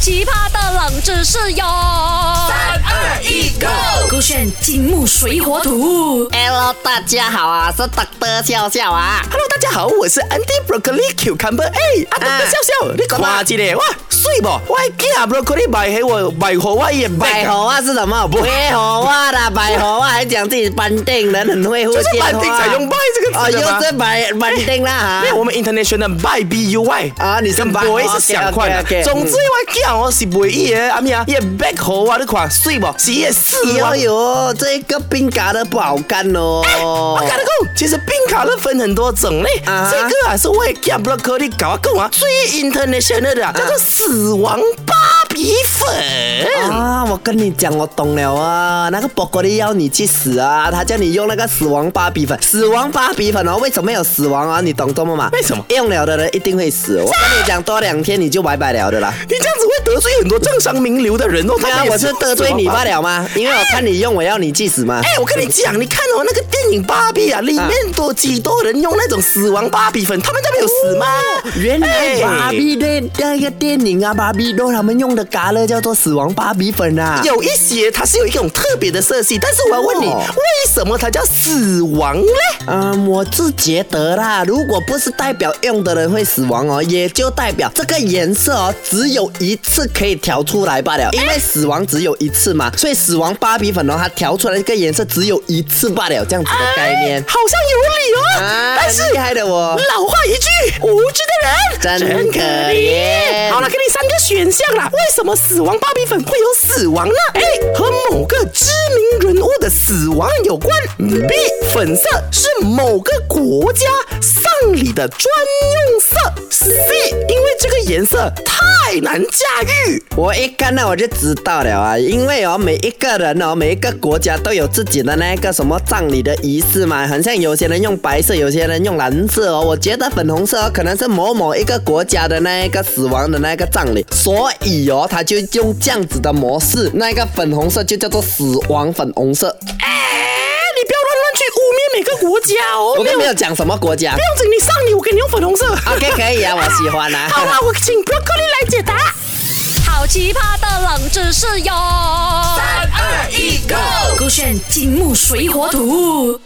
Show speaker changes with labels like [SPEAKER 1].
[SPEAKER 1] 奇葩的冷知识哟！三
[SPEAKER 2] 二一，Go！
[SPEAKER 1] 勾选金木水火土。
[SPEAKER 3] Hello，大家好啊，是 Dr. 笑笑啊。
[SPEAKER 2] Hello，大家好，我是 Andy Broccoli Cucumber A。啊，
[SPEAKER 3] 啊
[SPEAKER 2] Dr. 笑笑，你夸起嘞哇，水不？我还记啊，Broccoli 百合我百合我也百
[SPEAKER 3] 百
[SPEAKER 2] 合，
[SPEAKER 3] 合袜啊是什
[SPEAKER 2] 啊
[SPEAKER 3] 么？百合袜啊啦，百合袜还讲自己班定人很会互
[SPEAKER 2] 就是
[SPEAKER 3] 电话。啊
[SPEAKER 2] 板定才用 by 这
[SPEAKER 3] 哦，
[SPEAKER 2] 个字的
[SPEAKER 3] 又
[SPEAKER 2] 吗
[SPEAKER 3] 是？班班定啦哈
[SPEAKER 2] 因为。我们 international by b u y
[SPEAKER 3] 啊你是
[SPEAKER 2] 跟
[SPEAKER 3] by，
[SPEAKER 2] boy
[SPEAKER 3] 哦
[SPEAKER 2] 是相款的。
[SPEAKER 3] ，OK，OK，OK，
[SPEAKER 2] 总之我讲哦是袂伊的，阿咪啊，伊的 back 好啊，你看水不？是伊的丝啊
[SPEAKER 3] 哎。呦，这个冰嘎的不好干 哦。
[SPEAKER 2] 我跟你讲，其实冰卡乐分很多种类，
[SPEAKER 3] 啊哈
[SPEAKER 2] 这个啊是为 g a b r o c c o l 搞啊，啊最 international 的啊，叫做死亡芭比粉。
[SPEAKER 3] 啊，我跟你讲，我懂了啊，那个博格利要你去死啊，他叫你用那个死亡芭比粉，死亡芭比粉哦，为什么有死亡啊？你懂懂吗？
[SPEAKER 2] 为什么
[SPEAKER 3] 用了的人一定会死，我跟你讲，多两天你就拜拜了的啦。
[SPEAKER 2] 你这样子会得罪很多政商名流的人哦。
[SPEAKER 3] 对
[SPEAKER 2] 他
[SPEAKER 3] 啊
[SPEAKER 2] 们，也
[SPEAKER 3] 我是得罪你罢
[SPEAKER 2] 死亡芭比。
[SPEAKER 3] 了吗？因为我看你用，我要你去死吗？
[SPEAKER 2] 哎，我跟你讲，你看哦，那个电影《芭比》啊，里面多几多人用那种死亡芭比粉，他们都没有死吗？
[SPEAKER 3] 哦原来
[SPEAKER 2] 哎
[SPEAKER 3] 芭比的那个电影啊，芭比都他们用的嘎乐叫做死亡芭比粉啊。
[SPEAKER 2] 哎有一些它是有一种特别的色系，但是我要问你，
[SPEAKER 3] 哦
[SPEAKER 2] 为什么它叫死亡嘞？
[SPEAKER 3] 嗯，我是觉得啦，如果不是代表用的人会死亡哦，也就代表这个颜色哦，只有一次可以调出来罢了，因为死亡只有一次嘛，所以死亡芭比粉哦，它调出来这个颜色只有一次罢了，这样子的概念。
[SPEAKER 2] 哎好像有理哦，
[SPEAKER 3] 啊，
[SPEAKER 2] 但是
[SPEAKER 3] 很厉害的我。
[SPEAKER 2] 老话一句，无知的人
[SPEAKER 3] 真可怜
[SPEAKER 2] 好了，给你三个选项啦。为什么死亡芭比粉会有死亡呢？A 和某个知名人物的死亡有关。B 粉色是某个国家丧礼的专用色。C 因为这个颜色太难驾驭。
[SPEAKER 3] 我一看到我就知道了啊，因为哦，每一个人哦，每一个国家都有自己的那个什么葬礼的仪式嘛，很像有些人用白色，有些人用蓝色哦。我觉得粉红色哦，可能是某某一个国家的那一个死亡的那个葬礼，所以哦，他就用这样子的模式，那个粉红色就叫做死亡粉红色。
[SPEAKER 2] 哎，你不要乱乱去污蔑每个国家哦。
[SPEAKER 3] 我
[SPEAKER 2] 没
[SPEAKER 3] 都
[SPEAKER 2] 有
[SPEAKER 3] 没有讲什么国家
[SPEAKER 2] 不。用紧，你丧礼我给你用粉红色。
[SPEAKER 3] OK，可以啊，我喜欢 啊。
[SPEAKER 2] 好啦，我请 Broccoli 来解答。
[SPEAKER 1] 好奇葩的冷知识哟！三
[SPEAKER 2] 二一 go
[SPEAKER 1] 勾选金木水火土。